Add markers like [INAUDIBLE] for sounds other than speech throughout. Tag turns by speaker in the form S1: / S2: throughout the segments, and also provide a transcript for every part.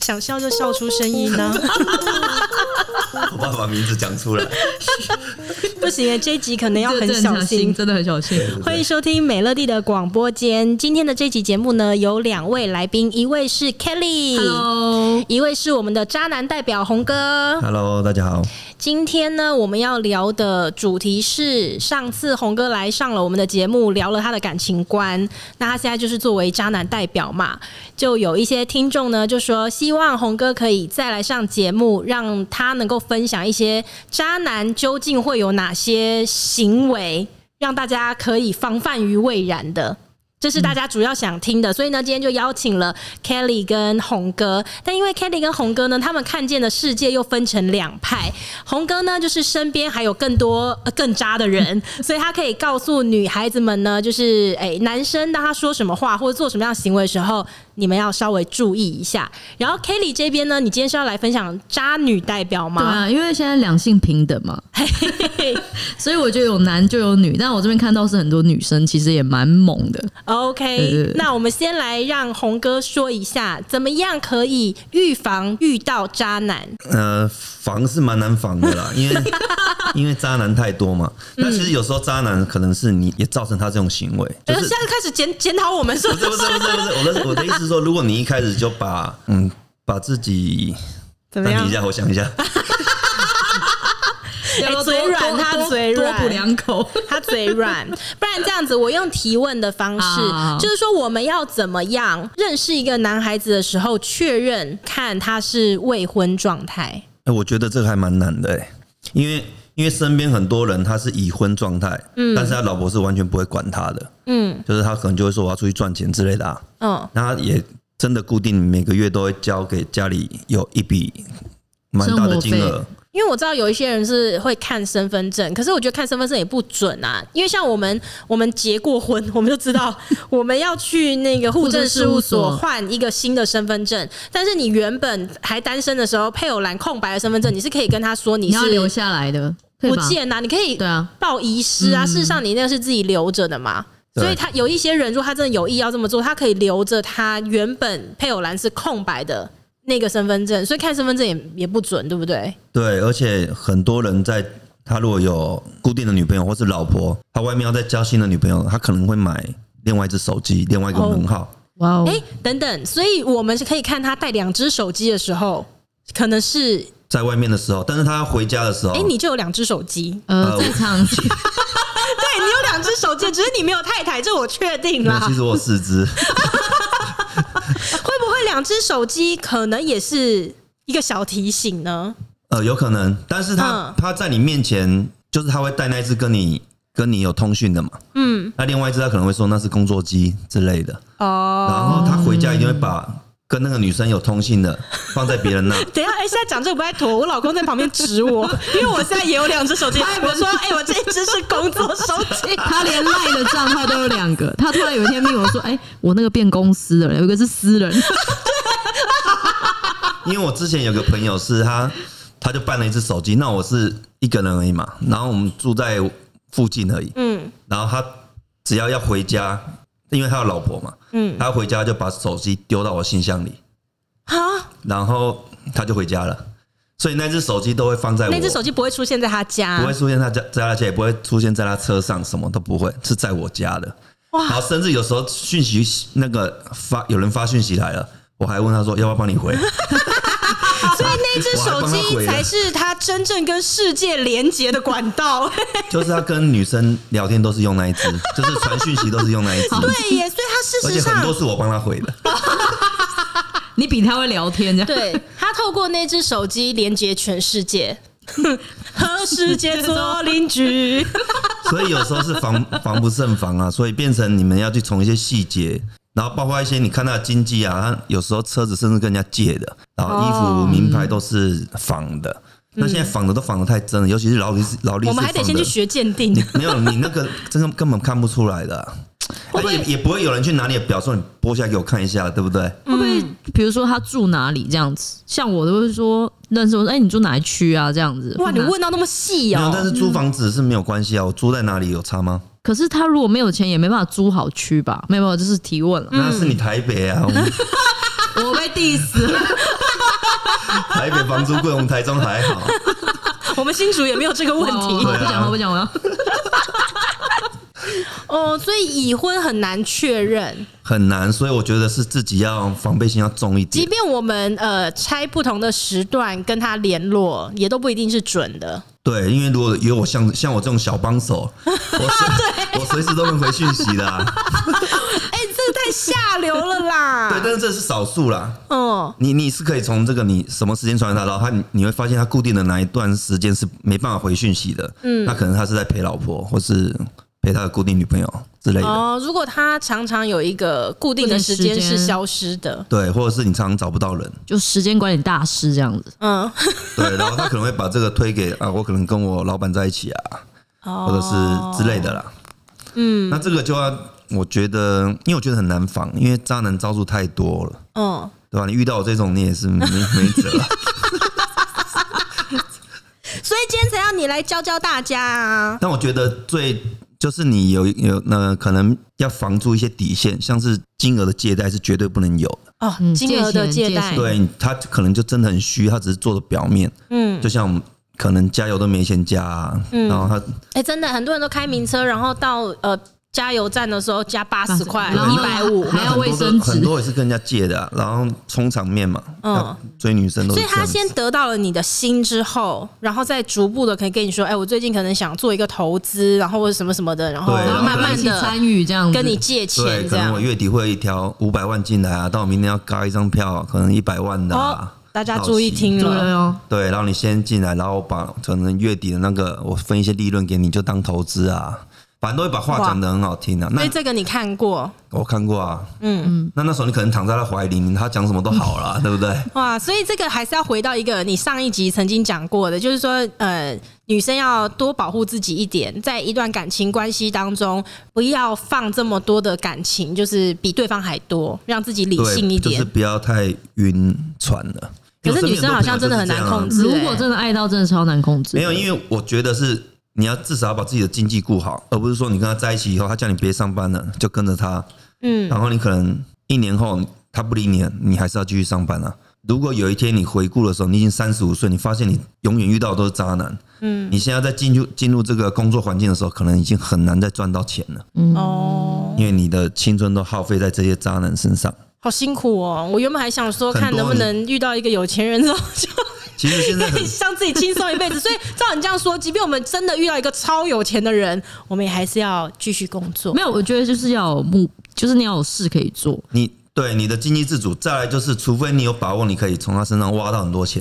S1: 想笑就笑出声音呢、啊
S2: 我爸把名字
S1: [LAUGHS]
S2: 讲出来。
S1: 不行耶，这一集可能要很
S3: 这真的
S1: 小心。
S3: 真的很小心。
S1: 欢迎收听美乐蒂的广播间。今天的这集节目呢，有两位来宾，一位是 Kelly。
S3: Hello，
S1: 一位是我们的渣男代表红哥，
S2: Hello，大家好。
S1: 今天呢，我们要聊的主题是上次红哥来上了我们的节目，聊了他的感情观。那他现在就是作为渣男代表嘛，就有一些听众呢就说，希望红哥可以再来上节目，让他能够分享一些渣男究竟会有哪些行为，让大家可以防范于未然的。这是大家主要想听的，所以呢，今天就邀请了 Kelly 跟红哥。但因为 Kelly 跟红哥呢，他们看见的世界又分成两派。红哥呢，就是身边还有更多、呃、更渣的人，所以他可以告诉女孩子们呢，就是诶、男生当他说什么话或者做什么样的行为的时候，你们要稍微注意一下。然后 Kelly 这边呢，你今天是要来分享渣女代表
S3: 对
S1: 吗？
S3: 啊，因为现在两性平等
S1: [LAUGHS]
S3: 嘛，所以我觉得有男就有女。但我这边看到是很多女生其实也蛮猛的，对对
S1: OK，
S3: 对
S1: 那我们先来让红哥说一下，怎么样可以预防遇到渣男？
S2: 呃，防是蛮难防的
S1: [LAUGHS]
S2: 啦，因为因为渣男太多嘛。那其实有时候渣男可能是你也造成他这种行为，就
S1: 呃，
S2: 是
S1: 现在开始检检讨我们是不
S2: 不是不是不是不是我的我的意思是说，如果你一开始就把嗯把自己，
S1: 怎么
S2: 那
S1: 样
S2: 你一？下，我想
S1: [LAUGHS]
S2: 一下，
S1: 哎嘴软
S3: 多
S1: 他
S3: 多
S1: 嘴软
S3: 多补两口。
S1: 他嘴软，不然这样子，我用提问的方
S3: 啊
S1: 式，就是说我们要怎么样认识一个男孩子的时候，确认看他是未婚状态。
S2: 哎，我觉得这个还蛮难的、欸，因为因为身边很多人他是已婚状态，但是他老婆是完全不会管他的，
S1: 嗯
S2: 就是他可能就会说我要出去赚钱之类的啊，
S1: 嗯，
S2: 那他也真的固定每个月都会交给家里有一笔蛮大的金
S3: 生活
S2: 额
S3: 费，
S1: 因为我知道有一些人是会看身份证，可是我觉得看身份证也不准啊，因为像我们我们结过婚，我们就知道我们要去那个户政事务
S3: 户政事务
S1: 所
S3: 所
S1: 换一个新的身份证，但是你原本还单身的时候，配偶栏空白的身份证，你是可以跟他说你
S3: [LAUGHS] 你要
S1: 是
S3: 留下来的，可以
S1: 不
S3: 吧？
S1: 见啊，你可以
S3: 对啊，
S1: 报遗失啊，事实上你那个是自己留着的嘛。
S2: 对
S1: 所以他有一些人，如果他真的有意要这么做，他可以留着他原本配偶栏是空白的那个身份证，所以看身份证也也不准，对不对？
S2: 对，而且很多人在他如果有固定的女朋友或是老婆，他外面要再交新的女朋友，他可能会买另外一只手机，另外一个门号。
S3: 哇哦，
S1: 哎、等等，所以我们是可以看他带两只手机的时候，可能是
S2: 在外面的时候，但是他回家的时候，
S1: 哎、你就有两只手机
S3: 呃，在场
S1: 对你有两只手机，只是你没有太太，这我确定
S2: 没有
S1: 啦。
S2: 其实我有四只，
S1: 会不会两只手机可能也是一个小提醒呢？
S2: 呃，有可能，但是他、
S1: 嗯
S2: 他在你面
S3: 嗯
S2: 前，就是他会带那一只跟你跟你有通讯的嘛，嗯，那另外一只他可能会说那是工作机之类的，
S1: 哦、
S2: 然后他回家一定会把跟那个女生有通信的放在别
S1: [LAUGHS]
S2: 人那，
S1: 等一下，哎、现在讲这个不太妥，我老公在旁边指 [LAUGHS] 我，因为我现在也有两只手机。我说，哎、我这一只是工作手 [LAUGHS] 机。
S3: 他连赖的账号都有两个。他突然有一天命我说：“哎、我那个变公司了，有一个是私人。 [LAUGHS]
S2: 因为我之前有个朋友是他，他就办了一只手机，那我是一个人而已嘛，然后我们住在附近而已，
S1: 嗯
S2: 然后他只要要回家，因为他有老婆嘛，
S1: 嗯，
S2: 他回家就把手机丢到我信箱里，
S1: 啊，
S2: 然后他就回家了，所以那只手机都会放在我，
S1: 那只手机不会出现在他家
S2: 不会，出现他家在他家，也不会出现在他车上，什么都不会，是在我家的。然后甚至有时候讯息那个发有人发讯息来了，我还问他说要不要帮你
S1: [LAUGHS]
S2: 回，
S1: 所以那只手机才是他真正跟世界连接的管道。
S2: 就是他跟女生聊天都是用那一只，就是传讯息都是用那一只，
S1: [LAUGHS] 对耶，所以他
S2: 而
S1: 事
S2: 且
S1: 实
S2: 很
S1: 上
S2: 多，是我帮他回的。”
S3: 你比他会聊天，这样
S1: 对他透过那只手机连接全世界。和世界做邻
S2: [LAUGHS]
S1: 居，
S2: 所以有时候是防 [LAUGHS] 防不胜防啊，所以变成你们要去从一些细节，然后包括一些你看他的经济啊，他有时候车子甚至跟人家借的，然后衣服、
S1: 哦
S2: 名牌都是仿的。那现在仿的都仿的太真了，尤其是劳力士劳力
S1: 嗯
S2: 士
S1: 我
S2: 仿的，
S1: 们还得先去学鉴定
S2: 你。没有你那个真的根本看不出来的啊、而且也不会有人去拿你的表说你剥下来给我看一下，对不对？
S3: 会不会？比如说他住哪里这样子？像我都会说认识我说：“哎、你住哪一区啊？”这样子。
S1: 哇，
S3: 或
S1: 你
S3: 哪
S1: 问到那么细
S2: 没有，
S1: 哦、
S2: 但是租房子是没有关系啊，我租在哪里有差吗？
S3: 可是他如果没有钱，也没办法租好区吧？没有没有，这是提问
S1: 嗯
S3: 了。
S2: 那是你台北啊，我们
S3: [LAUGHS] 我被 diss 了， [LAUGHS]
S2: 台北房租贵，我们台中还好。
S1: 我们新竹也没有这个问
S3: 好
S1: 题
S3: 好
S2: 对啊
S3: 不讲了，不讲了。
S1: 哦，所以已婚很难确认。
S2: 很难，所以我觉得是自己要防备心要重一
S1: 即
S2: 点。
S1: 便我们呃拆不同的时段跟他联络，也都不一定是准的。
S2: 对，因为如果有我像像我这种小帮手，我随我随时都能回讯息的、啊。
S1: 哎、这个太下流了
S2: [LAUGHS] 对，
S1: 啦！
S2: 但是这是少数啦。
S1: 嗯，
S2: 你你是可以从这个你什么时间传给他，然后他你你会发现他固定的哪一段时间是没办法回讯息的。嗯，那可能他是在陪老婆，或是陪他的固定女朋友之类的。
S1: 哦，如果他常常有一个固定的时间是消失的，
S2: 对，或者是你常常找不到人，
S3: 就时间管理大师这样子，
S1: 嗯，
S2: 对，然后他可能会把这个推给啊，我可能跟我老板在一起啊，或者是之类的啦。嗯，那这个就要，我觉得，因为我觉得很难防，因为渣男招数太多了，
S1: 嗯，
S2: 对吧？你遇到我这种，你也是没没辙了。
S1: 所以今天才要你来教教大家啊。
S2: [LAUGHS] 但我觉得最就是你有有那可能要防住一些底线，像是金额的借贷是绝对不能有的。
S1: 哦，
S3: 嗯
S1: 金额的
S3: 借
S1: 借
S3: 钱
S1: 贷，
S3: 借
S2: 对他可能就真的很虚，他只是做的表面，
S1: 嗯，
S2: 就像我们可能加油都没钱加、啊，然后他
S1: 哎、真的很多人都开名车，然后到呃加油站的时候加八十块、
S3: 然
S1: 一
S3: 后
S1: 百五，
S3: 还要
S2: 很
S3: 卫
S2: 多都
S3: 生
S2: 很
S3: 纸。
S2: 多也是跟人家借的啊、然后充场面嘛，
S1: 嗯
S2: 嗯，追女生都
S1: 所
S2: 是这
S1: 以
S2: 样子。
S1: 他先得到了你的心之后，然后再逐步的可以跟你说，哎、我最近可能想做一个投资，然后或者什么什么的，然后
S2: 对
S1: 然后慢慢
S3: 一起
S1: 的
S3: 参与这样子，
S1: 跟你借
S2: 对，
S1: 钱这
S2: 可能
S1: 样
S2: 我。月底会调五百万进来啊，但我明天要嘎一张票，可能一百万的、
S1: 哦
S2: 啊。，
S1: 大家注意听
S3: 对
S1: 了，
S3: 哦，
S2: 对，啊然后你先进来，然后我把可能月底的那个我分一些利润给你，就当投资啊，反正都会把话讲得很好听啊。那
S1: 所以这个你看过
S2: 我看过啊，嗯，那那时候你可能躺在他怀里，他讲什么都
S1: [LAUGHS]
S2: 好啦，对不对？
S1: 哇？所以这个还是要回到一个你上一集曾经讲过的，就是说，呃，女生要多保护自己一点，在一段感情关系当中，不要放这么多的感情，就是比对方还多，让自己理性一
S2: 对，
S1: 点
S2: 就是。不要太晕船了。
S1: 可是
S2: 因为我身边
S1: 女生好像
S2: 很多
S1: 真的
S2: 朋友
S1: 很难
S2: 都是这
S1: 控制、
S2: 样啊
S3: 如
S1: 哎
S3: 果真的爱到，真的超难控制的。
S2: 没有，因为我觉得是你要至少要把自己的经济顾好，而不是说你跟他在一起以后，他叫你别上班了，就跟着他，
S1: 嗯，
S2: 然后你可能一年后他不理你了，你还是要继续上班啊。如果有一天你回顾的时候，你已经三十五岁，你发现你永远遇到的都是渣男，嗯，你现在在进入进入这个工作环境的时候，可能已经很难再赚到钱了，
S3: 嗯
S1: 哦，
S2: 因为你的青春都耗费在这些渣男身上。
S1: 好辛苦哦！我原本还想说，
S2: 很多
S1: 看能不能遇到一个有钱人之后，就
S2: 其实现在
S1: 可
S2: 很
S1: 以让自己轻松一辈子。所以照你这样说，即便我们真的遇到一个超有钱的人，我们也还是要继续工作
S3: 没。有，我觉得就是要有目，就是你要有事可以 [LAUGHS] 做。
S2: 你对你的经济自主，再来就是，除非你有把握，你可以从他身上挖到很多钱，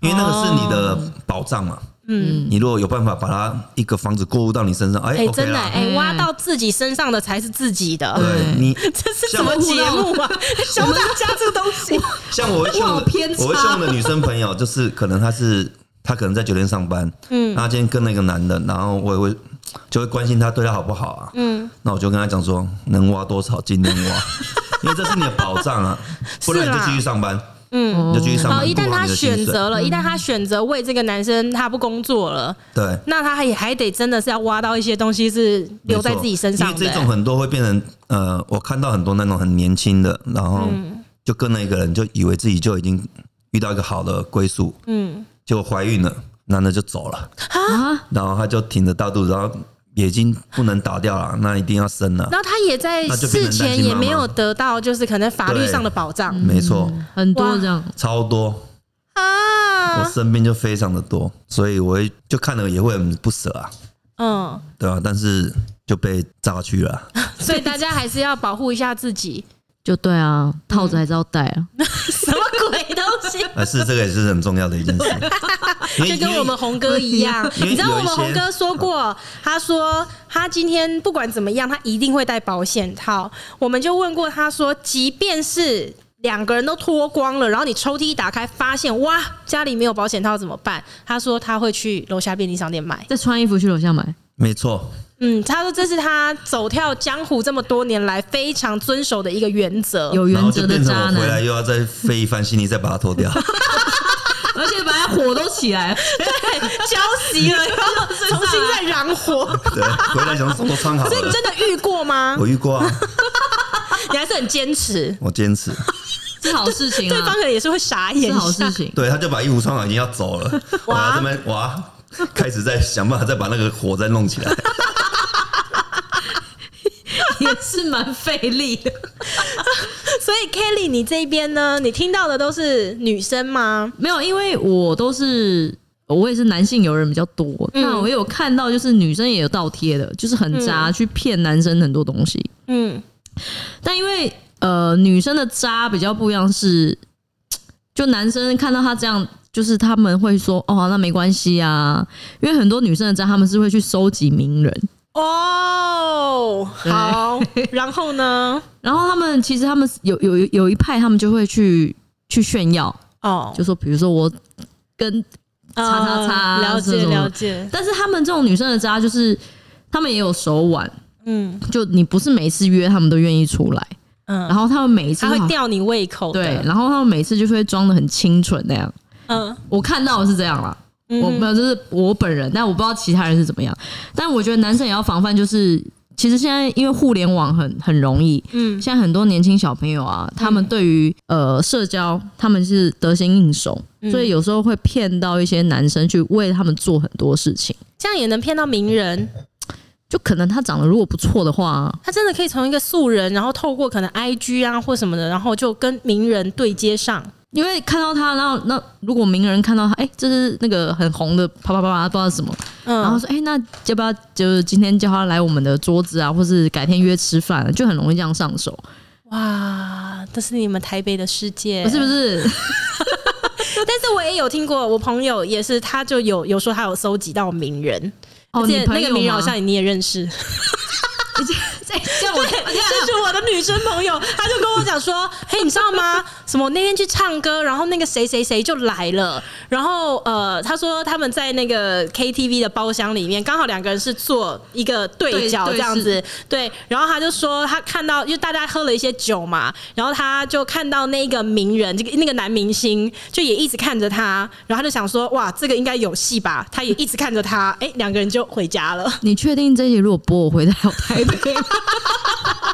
S2: 因为那个是你的保障嘛。嗯，你如果有办法把他一个房子过户到你身上，哎、
S1: 哎、
S2: o k
S1: 真的
S2: 啦。
S1: 哎、挖到自己身上的才是自己 [LAUGHS] 的。
S2: 对你，
S1: 这是什么节目啊？教大家这东西，
S2: 像
S1: [LAUGHS]
S2: 我会凶
S3: 哇
S2: 我
S3: 好偏差
S2: 会凶我的女生朋友，就是可能她是她可能在酒店上班，嗯，她今天跟了一个男的，然后我也会就会关心她对她好不好啊，嗯，那我就跟她讲说，能挖多少尽量挖， [LAUGHS] 因为这是你的保障啊，不然
S1: [LAUGHS] 是
S2: 你就
S1: 啦
S2: 继续上班，嗯，你就继续上
S1: [LAUGHS] 好，
S2: 班，
S1: 一旦
S2: 过好
S1: 他
S2: 你的薪
S1: 选
S2: 水
S1: 择了，一旦他选择为这个男生他不工作了，
S2: 对。
S1: 那他也还得真的是要挖到一些东西是留在自己身上
S2: 没错
S1: 的、
S2: 因为这种很多会变成呃，我看到很多那种很年轻的，然后
S1: 嗯
S2: 就跟了一个人，就以为自己就已经遇到一个好的归宿，
S1: 嗯，
S2: 就怀孕了，男的就走了，
S3: [LAUGHS] 啊，
S2: 然后他就挺着大肚子，然后也已经不能打掉了，那一定要生了，
S1: 然后他也在
S2: 那就变
S1: 事
S2: 成担
S1: 前
S2: 心
S1: 也
S2: 妈妈
S1: 没有得到，就是可能法律上的保障
S2: 没错，
S3: 很多
S1: 哇
S3: 这样，
S2: 超多，
S1: 嗯
S2: 我
S1: 啊。
S2: 身边就非常的多，所以我会就看了也会很不舍啊，
S1: 嗯，
S2: 对吧、但是就被榨去了啊。
S1: [LAUGHS] 所以大家还是要保护一下自 [LAUGHS] 己。
S3: 就对啊，套子还是要戴啊。
S1: 什么鬼东西？
S2: 但哎是这个也是很重要的一件事，因为
S1: [LAUGHS] 就跟我们红哥一样，
S2: 因为
S1: 你知道我们
S2: 有一
S1: 红
S2: 些
S1: 哥说过，他说他今天不管怎么样，他一定会戴保险套。我们就问过他说，即便是两个人都脱光了，然后你抽屉一打开，发现哇，家里没有保险套怎么办？他说他会去楼下便利商店买。
S3: 再穿衣服去楼下买，
S2: 没错，
S1: 嗯，他说这是他走跳江湖这么多年来非常遵守的一个原则。
S3: 有
S2: 呃然后
S3: 原
S2: 就
S3: 则的
S2: 变成
S3: 渣
S2: 我回来
S1: [LAUGHS]
S3: 男。
S2: 又要再费一番心力再把它脱掉。
S3: [LAUGHS] 而且本来火都起来了，
S1: 浇熄了，然后重新再燃火。
S2: 对，回来想说都穿好
S1: 所以你
S2: 了。
S1: 真的遇过吗？
S2: 我遇过啊，
S1: 你还是很坚持，
S2: 我坚持。
S3: 是好事情
S1: 对方
S3: 啊，
S1: 可能也是会傻眼
S3: 是好
S1: 一下
S3: 事。情。
S2: 对，他就把衣服穿好，已经要走了。我
S1: 哇
S2: 还在那边哇，开始在想办法再把那个火再弄起来。
S3: 也是蛮费力的。
S1: 所以 Kelly，你这边呢？你听到的都是女生吗？
S3: [LAUGHS] 没有，因为我都是我也是男性友人比较多，那我有看到就是女生也有倒贴的，就是很渣、去骗男生很多东西。
S1: 嗯，
S3: 但因为呃女生的渣比较不一样是，就男生看到他这样。就是他们会说哦，那没关系啊，因为很多女生的渣，他们是会去收集名人，
S1: 哦，
S3: 对
S1: 好，然后呢？
S3: 然后他们其实他们有有有一派，他们就会去去炫耀，
S1: 哦，
S3: 就说比如说我跟叉叉叉
S1: 嗯了
S3: 是
S1: 解
S3: 什么
S1: 了解，
S3: 但是他们这种女生的渣，就是他们也有手腕，
S1: 嗯
S3: 就你不是每一次约他们都愿意出来，然
S1: 嗯，
S3: 后他们每一次
S1: 他会吊你胃口的，
S3: 对，然后他们每次就会装的很清纯那样。
S1: 嗯，
S3: 我看到的是这样啦，
S1: 嗯
S3: 我没有，就是我本人，但我不知道其他人是怎么样。但我觉得男生也要防范，就是其实现在因为互联网很很容易，
S1: 嗯
S3: 现在很多年轻小朋友啊，他们对于呃社交，他们是得心应手，
S1: 嗯
S3: 所以有时候会骗到一些男生去为他们做很多事情。
S1: 这样也能骗到名人。
S3: 就可能他长得如果不错的话，
S1: 他真的可以从一个素人，然后透过可能 IG 啊或什么的，然后就跟名人对接上。
S3: 因为看到他，然后那如果名人看到他，哎、这是那个很红的，啪啪啪啪，不知道是什么，
S1: 嗯，
S3: 然后说，哎、那要不要就是今天叫他来我们的桌子啊，或是改天约吃饭、啊就很容易这样上手，
S1: 哇，这是你们台北的世界，
S3: 不是
S1: [LAUGHS]
S3: 不是？
S1: 但是我也有听过，我朋友也是，他就有有说他有搜集到名人，
S3: 哦，
S1: 而
S3: 你
S1: 且
S3: 朋
S1: 那
S3: 友
S1: 个名人
S3: 吗
S1: 好像你也认识， [LAUGHS]
S3: 哎 [LAUGHS] 这样我
S1: 这是我的女生朋友，她就跟我讲说：“嘿，你知道吗？什么我那天去唱歌，然后那个谁谁谁就来了，然后呃，她说他们在那个 KTV 的包厢里面，刚好两个人是坐一个对角
S3: 对
S1: 这
S3: 对
S1: 样子，对。然后她就说她看到，因为大家喝了一些酒嘛，然后她就看到那个名人，这个那个男明星就也一直看着他，然后她就想说：哇，这个应该有戏吧？她也一直看着他，哎、两个人就回家了。”
S3: [LAUGHS] 你确定这一集如果播，我回到台北吗？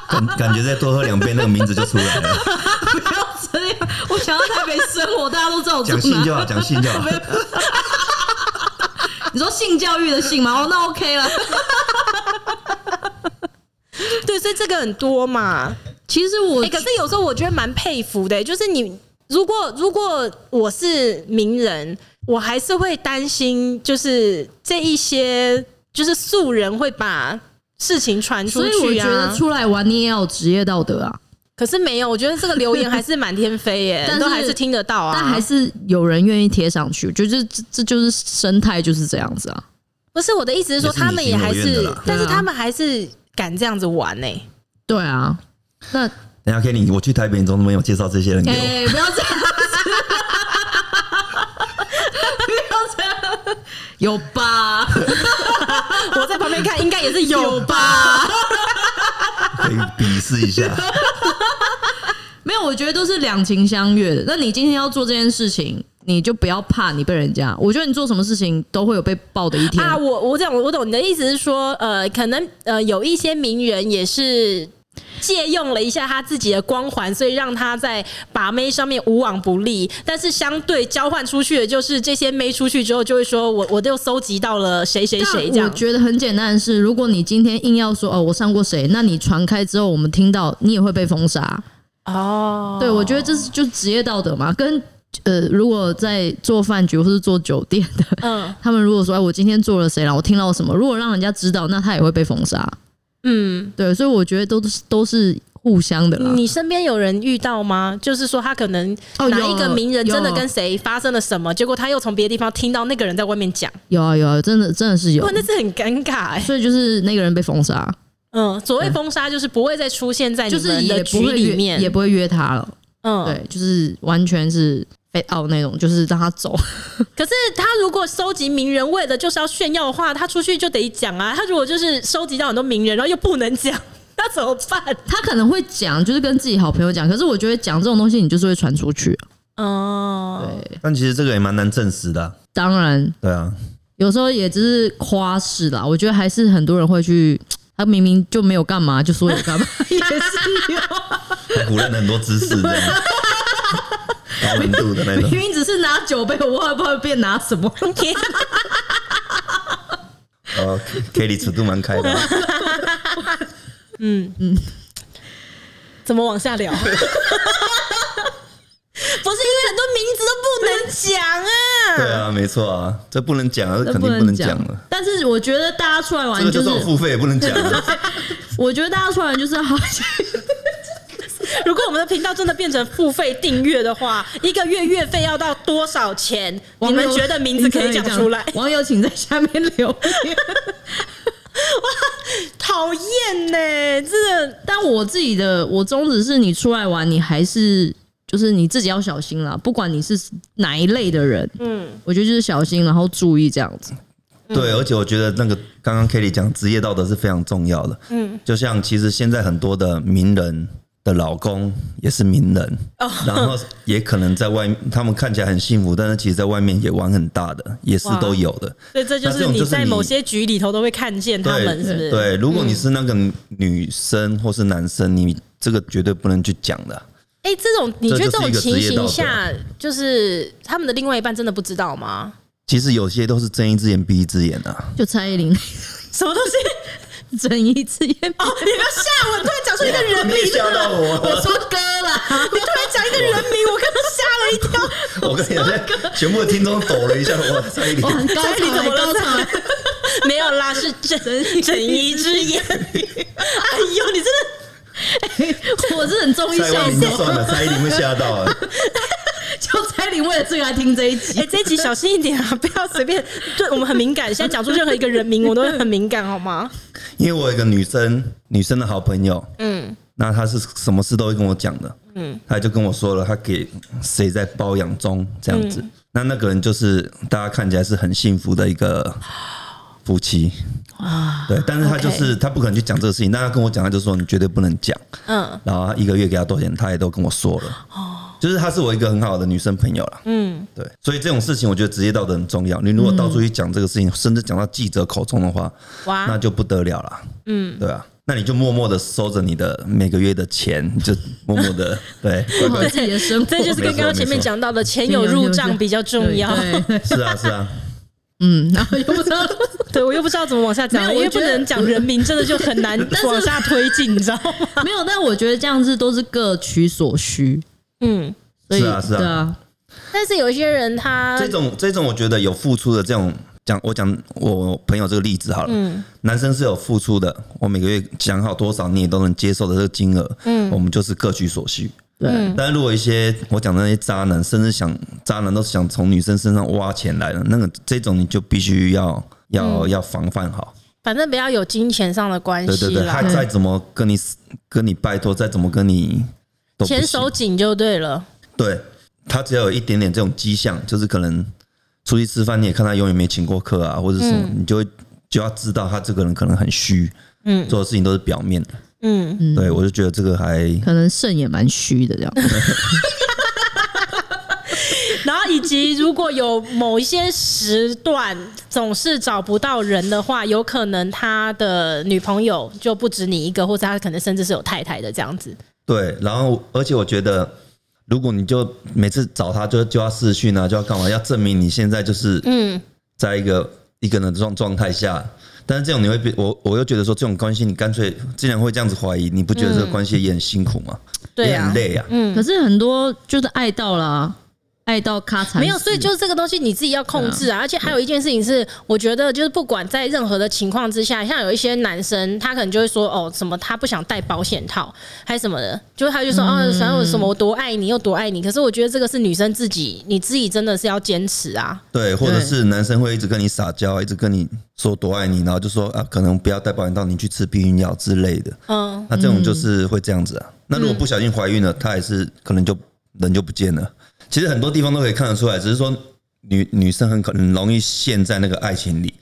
S2: 感感觉再多喝两杯，那个名字就出来了。
S1: [LAUGHS]
S3: 不要这样，我想要台北生活，大家都知道我住
S2: 讲信
S3: 哪。
S2: 就好，讲信就好。
S3: 你说性教育的性吗？哦，那 OK 了。
S1: 对，所以这个很多嘛。
S3: 其实我
S1: 哎、可是有时候我觉得蛮佩服的、就是你如果如果我是名人，我还是会担心，就是这一些就是素人会把事情传出
S3: 所以我
S1: 去
S3: 觉
S1: 啊
S3: 得。出来玩你也要有职业道德啊。
S1: 可是没有，我觉得这个留言还是满天飞耶、
S3: [LAUGHS] 但是
S1: 都还是听得到啊。
S3: 但还是有人愿意贴上去，就是这这就是生态就是这样子啊。
S1: 不是我的意思是说，
S2: 也是
S1: 他们也还
S2: 你情我
S1: 是
S2: 愿的啦，
S1: 但是
S3: 对啊
S1: 他们还是敢这样子玩
S3: [LAUGHS]
S1: 呢、
S3: 对啊，那
S2: 等一下 Kenny，我去台北，你怎么没有介绍这些人给
S3: 哎、
S2: 我？
S3: 不要这样子， [LAUGHS] 不要这样，有吧？ [LAUGHS]
S1: 我在旁边看，应该也是有吧？
S2: 可以比试
S1: [LAUGHS]
S2: 一下。
S3: 没有，我觉得都是两情相悦的。那你今天要做这件事情，你就不要怕你被人家。我觉得你做什么事情都会有被爆的一天。
S1: 啊，我我懂，我懂你的意思是说，呃，可能呃有一些名人也是借用了一下他自己的光环，所以让他在把妹上面无往不利。但是相对交换出去的就是这些妹出去之后，就会说我我就搜集到了谁谁谁这
S3: 但我
S1: 样。
S3: 觉得很简单的是，如果你今天硬要说哦，我上过谁，那你传开之后，我们听到你也会被封杀。
S1: 哦，
S3: 对，我觉得这是就职业道德嘛，跟呃，如果在做饭局或是做酒店的，
S1: 嗯
S3: 他们如果说哎，我今天做了谁了，我听到什么，如果让人家知道，那他也会被封杀。
S1: 嗯，
S3: 对，所以我觉得都是都是互相的啦。
S1: 你身边有人遇到吗？就是说他可能
S3: 哦
S1: 哪
S3: 有
S1: 一个名人真的
S3: 有
S1: 跟谁发生了什么，结果他又从别的地方听到那个人在外面讲，
S3: 有啊有啊，真的真的是有
S1: 哇，，那是很尴尬哎、
S3: 所以就是那个人被封杀，
S1: 嗯，所谓封杀就是不会再出现在你
S3: 就是
S1: 们的
S3: 也不
S1: 局
S3: 会
S1: 里
S3: 约
S1: 面，
S3: 也不会约他了。
S1: 嗯，。
S3: 对，就是完全是被 out 那种，就是让他走。 [LAUGHS]
S1: 可是他如果收集名人为的就是要炫耀的话，他出去就得讲啊。他如果就是收集到很多名人，然后又不能讲， [LAUGHS] 那怎么办？
S3: 他啊可能会讲，就是跟自己好朋友讲，可是我觉得讲这种东西，你就是会传出去。
S1: 哦、
S3: [LAUGHS] 对，
S2: 但其实这个也蛮难证实的啊、
S3: 当然
S2: 对啊，
S3: 有时候也只是夸饰啦，我觉得还是很多人会去，他明明就没有干嘛，就说有干嘛，也是有，
S2: 还胡乱了很多知识
S1: [LAUGHS]
S2: 这样，高难度的那种
S3: 明。明只是拿酒杯，我也不知道变拿什么。
S1: 天
S2: 哦 k e l 尺度蛮开的，
S1: 怎么往下
S3: [LAUGHS]
S1: 聊？不是因为很多名字都不能讲啊。
S2: 对啊，没错啊，这不能讲啊，这肯定
S3: 能
S2: 能讲了。。
S3: 但是我觉得大家出来
S2: 这
S3: 玩
S2: 个
S3: 就
S2: 就是算我，付费也不能讲 [LAUGHS] 啊，
S3: 我觉得大家出来玩就是好，
S1: 如果我们的频道真的变成付费订阅的话，一个月月费要到多少钱？你们觉得名字可以讲出
S3: [LAUGHS]
S1: 来？
S3: 网友请在下面留言。
S1: 讨厌呢，这个
S3: [LAUGHS] 但我自己的我宗旨是你出来玩，你还是就是你自己要小心啦，不管你是哪一类的人，
S1: 嗯，
S3: 我觉得就是小心，然后注意这样子。
S2: 对，而且我觉得那个刚刚 k e l 讲职业道德是非常重要的，嗯，就像其实现在很多的名人的老公也是名人，
S1: 哦
S2: 然后也可能在外，他们看起来很幸福，但是其实在外面也玩很大的，也是
S1: 哇
S2: 都有的，
S1: 所以这就
S2: 那这
S1: 是
S2: 种
S1: 你
S2: 就是
S1: 在
S2: 你
S1: 某些局里头都会看见他
S2: 对
S1: 们，是不嗯是？
S2: 对，如果你是那个女生或是男生，你这个绝对不能去讲的。
S1: 哎、这种你
S2: 这
S1: 觉得
S2: 就
S1: 这
S2: 是
S1: 种
S2: 一个
S1: 情
S2: 职业道
S1: 形
S2: 德
S1: 下，就是他们的另外一半真的不知道吗？
S2: 其实有些都是睁一只眼闭一只眼啊，
S3: 就蔡依林 [LAUGHS]
S1: 什么东西？
S3: 整一次也
S1: 哦，你不要吓我！你突然讲出一啊个人
S2: [LAUGHS]
S1: 名，
S2: 吓到我！
S3: 说歌
S1: [LAUGHS]
S3: 啦，
S1: 你突然讲一个人名，我刚刚吓了一跳。
S2: [LAUGHS] 我跟你讲，现在全部的听众抖了一下，我猜一点
S3: [LAUGHS] 哇，很高
S1: 蔡依林
S3: 潮
S1: 怎
S3: 欸，
S1: 么了
S3: 高潮欸，
S1: [LAUGHS] 没有啦，是整整一只眼。哎呦，你真的
S3: 我是很中意
S2: 蔡
S3: 笑
S2: 依林就
S3: 死我，
S2: 算了，蔡依林会吓到啊。
S3: 就蔡依林为了这个来听这一
S1: [LAUGHS]
S3: 集
S1: 哎、。这一集小心一点啊，不要随便。对我们很敏感，现在讲出任何一个人名，我都会很敏感，好吗？
S2: 因为我有一个女生，女生的好朋友，
S1: 嗯，
S2: 那她是什么事都会跟我讲的，嗯，她就跟我说了，她给谁在包养中这样子，那那个人就是大家看起来是很幸福的一个夫妻啊，对，但是她就是她不可能去讲这个事情，那她跟我讲，她就说你绝对不能讲，
S1: 嗯，
S2: 然后她一个月给她多少钱，她也都跟我说了，哦，就是她是我一个很好的女生朋友啦，嗯，对，所以这种事情我觉得职业道德很重要，你如果到处去讲这个事情，甚至讲到记者口中的话，那
S1: 哇，
S2: 就不得了了。啊嗯，对啊，那你就默默的收着你的每个月的钱， [LAUGHS] 你就默默的对，乖
S3: 好
S2: 乖
S3: 自己的生活，
S1: 这就是跟刚刚前面讲到的，钱有入账比较重要。
S3: 对，对
S2: 是啊是啊，
S3: 嗯，然后又不知道，
S1: 对我又不知道怎么往下讲
S3: 没
S1: 了，因
S3: 有我
S1: 为不
S3: 觉得
S1: 能讲人名，真的就很 [LAUGHS] 难往下推进，你知道吗？
S3: 没有，但我觉得这样子都是各取所需，
S1: 嗯，
S3: 所以
S2: 是啊是啊
S3: 对啊，
S1: 但是有一些人他
S2: 这种这种我觉得有付出的这种。讲我讲我朋友这个例子好了，男生是有付出的，我每个月讲好多少，你也都能接受的这个金额，嗯，我们就是各取所需。
S3: 对，
S2: 但如果一些我讲的那些渣男，甚至想渣男都想从女生身上挖钱来的，那个这种你就必须要要、要防范好。
S1: 反正不要有金钱上的关
S2: 对对
S1: 系
S2: 对，他
S1: 啦，
S2: 再怎么跟你跟你拜托，再怎么跟你都不
S1: 钱
S2: 行
S1: 手紧就对了。
S2: 对他只要有一点点这种迹象，就是可能出去吃饭你也看他永远没请过客啊，或者什么，
S1: 嗯
S2: 你就会就要知道他这个人可能很虚，嗯，做的事情都是表面的。
S1: 嗯，
S2: 对我就觉得这个还
S3: 可能肾也蛮虚的这样，
S1: 然后以及如果有某一些时段总是找不到人的话，有可能他的女朋友就不止你一个，或者他可能甚至是有太太的这样子。
S2: 对，然后而且我觉得，如果你就每次找他就就要试训啊，就要干嘛，要证明你现在就是嗯，在一个一个人的状状态下。但是这种你会被我，我又觉得说这种关系，你干脆既然会这样子怀疑，你不觉得这个关系也很辛苦吗？
S1: 嗯对
S2: 也
S1: 啊
S2: 很，累啊。
S3: 可是很多就是爱到啦，爱到咔嚓，
S1: 没有，所以就是这个东西你自己要控制啊。而且还有一件事情是，我觉得就是不管在任何的情况之下，像有一些男生，他可能就会说哦，什么他不想戴保险套还是什么的，就是他就说哦，想有什么我多爱你又多爱你。可是我觉得这个是女生自己，你自己真的是要坚持啊。
S2: 对，或者是男生会一直跟你撒娇，一直跟你说多爱你，然后就说啊，可能不要带保险套，你去吃避孕药之类的。
S1: 嗯，
S2: 那这种就是会这样子啊。那如果不小心怀孕了，她也是可能就人就不见了。其实很多地方都可以看得出来，只是说女女生很可能容易陷在那个爱情里，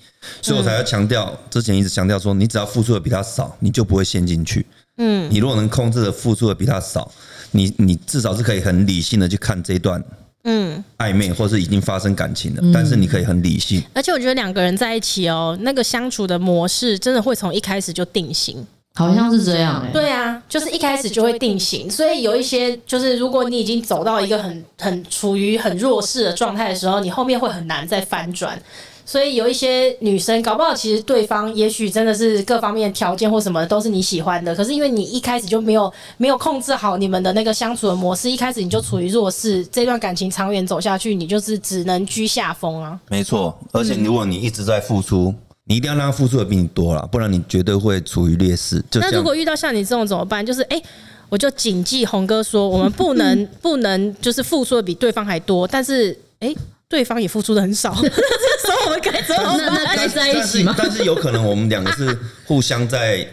S2: 所
S1: 嗯
S2: 以我才要强调，之前一直强调说，你只要付出的比她少，你就不会陷进去。嗯，你如果能控制的付出的比她少，你你至少是可以很理性的去看这一段
S1: 嗯，
S2: 暧昧，或是已经发生感情了，但是你可以很理性。
S1: 而且我觉得两个人在一起哦，那个相处的模式真的会从一开始就定型。
S3: 好像是这样哎、
S1: 对啊，就是一开始就会定型，所以有一些就是如果你已经走到一个很很处于很弱势的状态的时候，你后面会很难再翻转。所以有一些女生搞不好，其实对方也许真的是各方面条件或什么都是你喜欢的，可是因为你一开始就没有没有控制好你们的那个相处的模式，一开始你就处于弱势，这段感情长远走下去，你就是只能居下风啊。
S2: 没错，而且如果你一直在付出，你一定要让他付出的比你多啦，不然你绝对会处于劣势。就这
S1: 那如
S2: 样，
S1: 果遇到像你这种怎么办？就是哎、诶我就谨记红哥说，我们不
S2: [LAUGHS]
S1: 能不能就是付出的比对方还多，但是哎、诶对方也付出的很
S2: [LAUGHS]
S1: 少，所以我们哦该怎么
S3: 那那
S1: 办？
S3: 该在一
S2: 但
S3: 起
S2: 是
S3: 吗？
S2: 但是有可能我们两个
S1: [LAUGHS]
S2: 是互相在。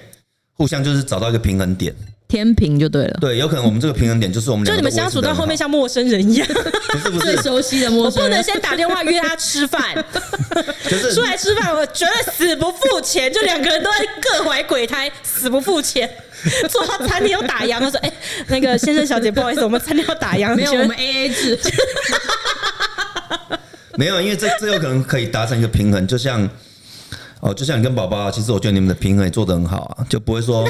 S2: 互相就是找到一个平衡点，
S3: 天平就对了，
S2: 对，有可能我们这个平衡点就是我们
S1: 就
S2: 两
S1: 你
S2: 个
S1: 们
S2: 都维
S1: 相
S2: 持
S1: 处
S2: 得
S1: 到
S2: 很
S1: 后面
S2: 好
S1: 像陌生人一样，
S2: 不是不
S3: 最
S2: 是，
S3: 熟悉的陌
S1: 我
S3: 生
S1: 不能
S3: 人，
S1: 先打电话约他吃饭，
S2: 就是
S1: 出来吃饭，我绝对死不付钱，就两个人都在各怀鬼胎，死不付钱。坐到餐厅要打烊，他说：“哎、那个先生小姐，不好意思，我们餐厅要打烊，
S3: 没有
S1: 请
S3: 我
S1: 问
S3: 们 A A 制，
S2: 没有，因为这这有可能可以达成一个平衡，就像哦，就像你跟宝宝啊，其实我觉得你们的平衡也做得很好啊，就不
S1: [LAUGHS]
S2: 会说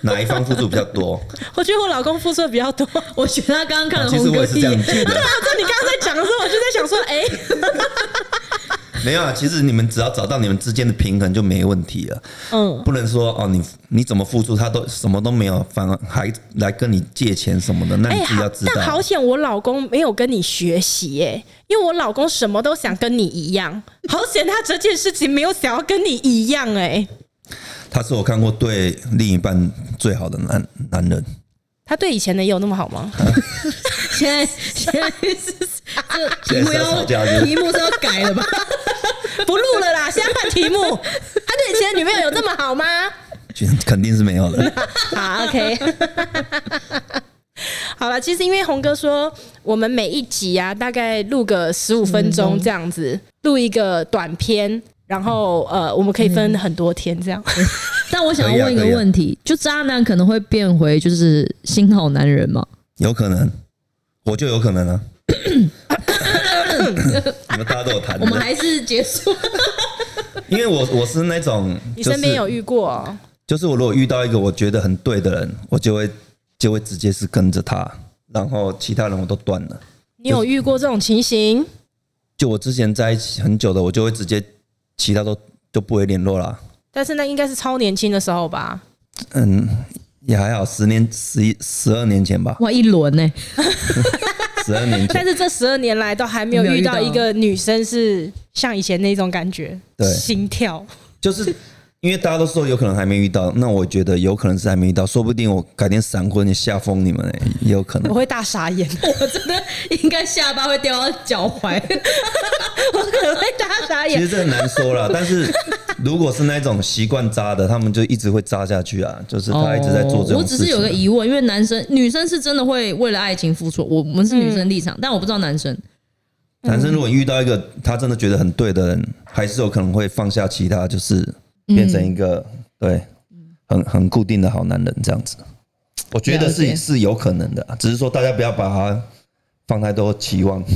S2: 哪一方付出比较多。
S1: 我觉得我老公付出的比较多。”
S3: 我觉得他刚刚看了
S2: 哦其实
S3: 红
S2: 我
S3: 哥
S2: 也是
S3: 一
S2: 这样
S1: [LAUGHS]
S3: 眼，
S2: 觉
S1: 对
S2: 得
S1: 啊，，这你刚刚在讲的时候，我就在想说，哎、
S2: 没有啊，其实你们只要找到你们之间的平衡就没问题了，
S1: 嗯，
S2: 不能说哦，你你怎么付出他都什么都没有，反而还来跟你借钱什么的，那
S1: 哎、
S2: 你自己要
S1: 好
S2: 知，
S1: 但好
S2: 道。
S1: 险我老公没有跟你学习，哎，因为我老公什么都想跟你一
S2: [LAUGHS]
S1: 样，好险他这件事情没有想要跟你一样、哎，
S2: 他是我看过对另一半最好的男男人，
S1: 他对以前的也有那么好
S2: [LAUGHS]
S1: 吗？
S3: 现在现在是这题
S2: 现在
S3: 目
S2: 是要吵架
S3: 要
S1: [LAUGHS]
S2: 是不是
S3: 题目是要改
S2: [LAUGHS]
S3: 了吧？
S1: 不录了啦，现在换题目，他对以前的女朋友有这么好
S2: [LAUGHS]
S1: 吗？
S2: 肯定是没有的。
S1: 好，OK。好了，其实因为红哥说，我们每一集啊，大概录个十五分
S2: 嗯
S1: 钟这样子，录一个短片，然后呃，我们可以
S2: 嗯
S1: 分很多天这样。
S3: 但我想要问一个问
S2: 啊
S3: 题，就渣男可能会变回就是新好男人吗？
S2: 有可能，我就有可
S1: [LAUGHS]
S2: 能啊。你们大家都有谈的，
S3: 我们还是结束，，
S2: 因为我我是那种，
S1: 你
S2: 就是
S1: 身边有遇过哦、
S2: 就是我如果遇到一个我觉得很对的人，我就会就会直接是跟着他，然后其他人我都断了。
S1: 你有遇过这种情形？
S2: 就我之前在一起很久的，我就会直接其他都都不会联络啦。
S1: 但是那应该是超年轻的时候吧？
S2: 嗯，也还好，十年、十一、十二年前吧
S3: 哇，一轮呢、
S2: 十二
S3: [LAUGHS]
S2: 年
S1: 但
S2: 前，
S1: 是这十二年来都还没有
S3: 没有
S1: 遇
S3: 遇到
S1: 到一个女生是像以前那种感觉，
S2: 对
S1: 心跳。
S2: 就是因为大家都说有可能还没遇到，那我觉得有可能是还没遇到，说不定我改天闪婚也吓疯你们、欸，也有可能
S1: 我。会大傻眼，
S3: 我真的应该下巴会掉到脚
S2: [LAUGHS]
S3: 踝。
S1: [LAUGHS] 我可能会大傻
S2: 其
S1: 眼
S2: 实。这很难说啦，但是如果是那种习惯渣的，他们就一直会渣下去啊，就是他一直在做这
S3: 哦我
S2: 种
S3: 只
S2: 事情啊。
S3: 是有个疑问，因为男生女生是真的会为了爱情付出，我们是女生立
S2: 嗯
S3: 场，但我不知道男生。嗯
S2: 男生如果遇到一个他真的觉得很对的人，还是有可能会放下其他，就是
S3: 嗯
S2: 变成一个、对很很固定的好男人这样子。我觉得
S3: 了解
S2: 是是有可能的啊，只是说大家不要把它放太多期望，
S3: [LAUGHS]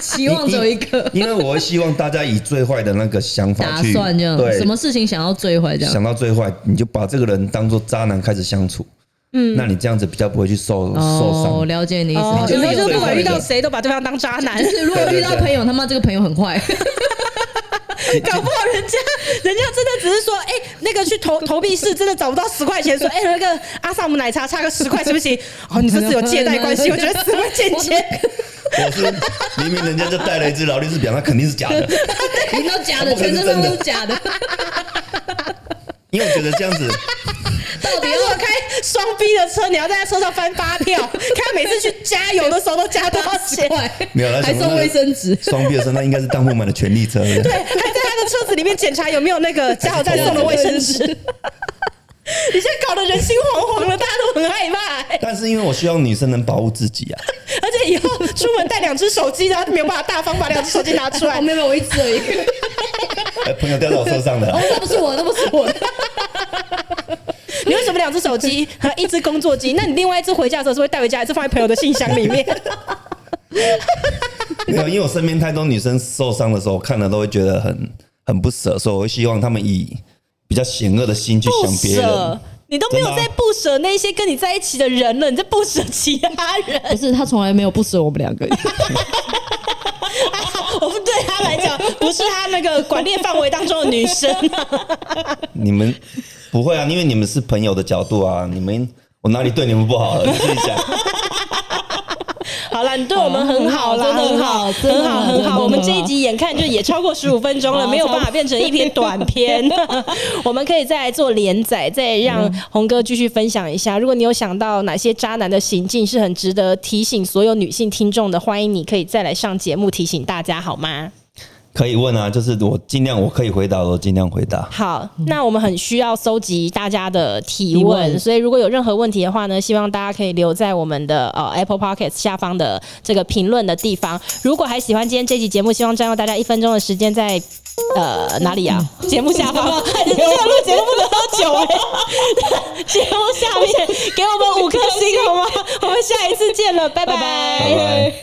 S3: 期望只有一个
S2: 因为我会希望大家以最坏的那个想法
S3: 打
S2: 去
S3: 算，这样
S2: 对
S3: 什么事情想要最坏这样。
S2: 想到最坏，你就把这个人当做渣男开始相处。嗯，那你这样子比较不会去受、受
S3: 哦，
S2: 伤。
S3: 了解你意思。
S1: 哦，
S3: 就
S1: 以
S3: 是
S1: 后
S3: 有
S1: 就
S3: 最
S1: 不
S3: 坏
S1: 管
S3: 的
S1: 遇到谁都把对方当渣 [LAUGHS] 男，
S3: 就是如果遇到朋友，他妈这个朋友很坏，
S1: 搞不好人家人家真的只是说，哎、那个去投投币式真的找不到十块钱，说，哎、那个阿萨姆奶茶差个十块行不行？哦，你这是有借贷
S3: [LAUGHS]
S1: 关系，我觉得十块钱钱，
S2: 我是 [LAUGHS] 明明人家就带了一只劳力士表，那肯定是假的。
S3: 你都假的，
S2: 我不可能是
S3: 全身上
S2: 真
S3: 都
S2: 的
S3: 是假 [LAUGHS] 的，
S2: 因为我觉得这样子，
S1: 到底要开双逼的车，你要在他车上翻发票，看每次去加油的时候都加多少钱。
S3: 坏
S2: 没有啦
S3: 还
S2: 想到那
S3: 送
S2: 个
S3: 卫生纸。
S2: 双臂的身上应该是当铺买的权力车。
S1: 对，还在他的车子里面检查有没有那个加油站送的卫生纸。你现在搞得人心惶惶了，大家都很害怕、哎
S2: 但是因为我希望女生能保护自己啊， [LAUGHS]
S1: 而且以后出门带两只手机，然后没有办法大方把两只手机拿出来
S3: 哦，。没有没有，我一直而已。
S2: 哎朋友掉到我身上的啦
S3: 哦，， [LAUGHS] 那不是我，那不是我。
S1: 你为什么两只手机？一只工作机？那你另外一只回家的时候是会带回家，还是放在朋友的信箱里面？
S2: 没有，因为我身边太多女生受伤的时候，我看了都会觉得很很不舍，所以我会希望他们以比较险恶的心去
S1: 不
S2: 想别人
S1: 舍。，你都没有
S2: 真的啊
S1: 在不舍那些跟你在一起的人了，你在不舍其他人。
S3: 不是他从来没有不舍我们两个，
S1: [LAUGHS] 我们对他来讲，不是他那个管猎范围当中的女生、
S3: [LAUGHS]
S2: 你们不会啊，因为你们是朋友的角度啊，你们我哪里对你们不好了？你自己讲。
S1: 好啦，你对我们很好啦，
S3: 哦
S1: 真
S3: 很
S1: 的
S3: 好
S1: 很好，
S3: 真的很好
S1: 很
S3: 真
S1: 好。
S3: 的
S1: 我们
S3: 很
S1: 这
S3: 好
S1: 一集眼看就也超过十五分钟了，
S3: 哦
S1: 没有办法变成一篇短篇。 [LAUGHS] 我们可以再来做连载，再让红哥继续分享一下。如果你有想到哪些渣男的行径是很值得提醒所有女性听众的，欢迎你可以再来上节目提醒大家，好吗？
S2: 可以问啊，就是我尽量我可以回答的，我尽量回答。
S1: 好，那我们很需要搜集大家的提
S3: 提
S1: 问，
S3: 问
S1: 所以如果有任何问题的话呢，希望大家可以留在我们的呃 Apple Podcast 下方的这个评论的地方。如果还喜欢今天这期节目，希望占用大家一分钟的时间在。呃，哪里啊？节目下方， [LAUGHS] 哎你这样录节目不能喝酒 [LAUGHS] 哎、节目 [LAUGHS] 下面给我们五颗星好吗？我们下一次见了，拜
S3: 拜
S1: 拜
S2: 拜拜。